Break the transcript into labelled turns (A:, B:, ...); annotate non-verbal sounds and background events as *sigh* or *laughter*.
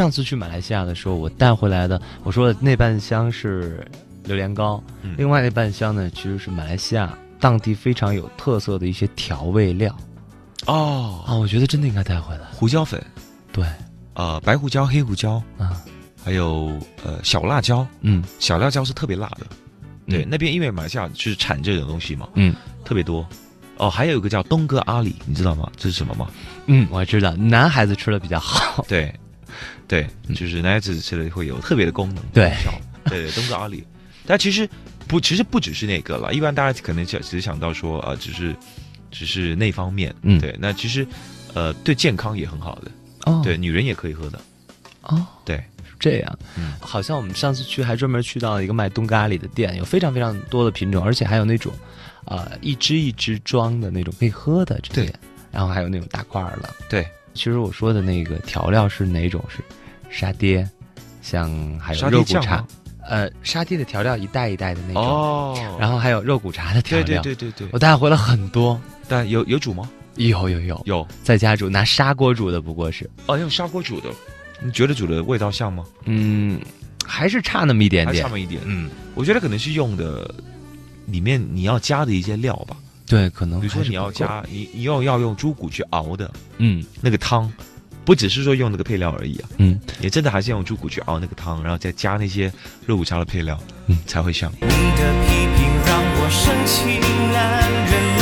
A: 上次去马来西亚的时候，我带回来的，我说的那半箱是榴莲糕，
B: 嗯
A: 另外那半箱呢其实是马来西亚当地非常有特色的一些调味料
B: 哦，
A: 啊，我觉得真的应该带回来。
B: 胡椒粉，
A: 对，
B: 呃，白胡椒、黑胡椒，
A: 啊，
B: 还有呃小辣椒，
A: 嗯，
B: 小辣椒是特别辣的。对，
A: 嗯
B: 那边因为马来西亚就是产这种东西嘛，
A: 嗯
B: 特别多。哦，还有一个叫东哥阿里，你知道吗？这是什么吗？
A: 嗯，我知道，男孩子吃的比较好。
B: 对，对，就是男孩子吃了会有特别的功能，
A: 嗯对
B: 功效对对，东哥阿里。 *laughs* 但其实不，其实不只是那个了，一般大家可能想只是想到说啊、呃只是只是那方面，
A: 嗯
B: 对。那其实呃，对健康也很好的，
A: 哦
B: 对，女人也可以喝的，
A: 哦，
B: 对，
A: 是这样。
B: 嗯
A: 好像我们上次去还专门去到一个卖冻咖喱的店，有非常非常多的品种，而且还有那种，呃，一支一支装的那种可以喝的这些
B: 对，
A: 然后还有那种大罐儿的。
B: 对。
A: 其实我说的那个调料是哪种？是沙爹，像还有
B: 沙
A: 肉
B: 爹
A: 骨
B: 酱啊
A: 茶
B: 吗，
A: 呃，沙爹的调料一袋一袋的那种，
B: 哦，
A: 然后还有肉骨茶的调
B: 对
A: 料。
B: 对对对对
A: 我，带回了很多，
B: 但有有煮吗？
A: 有有有，
B: 有
A: 在家煮拿砂锅煮的，不过是。
B: 哦，用砂锅煮的，你觉得煮的味道像吗？
A: 嗯，还是差那么一点
B: 还
A: 点
B: 差。那么一点，
A: 嗯，
B: 我觉得可能是用的里面你要加的一些料吧，
A: 对，可能
B: 比如说
A: 哦还是
B: 你要
A: 不够，
B: 加你你要要用猪骨去熬的
A: 嗯
B: 那个汤，不只是说用那个配料而已啊，
A: 嗯，
B: 也真的还是要用猪骨去熬那个汤，然后再加那些肉骨茶的配料，
A: 嗯
B: 才会像。
C: 你的批评让我生气难忍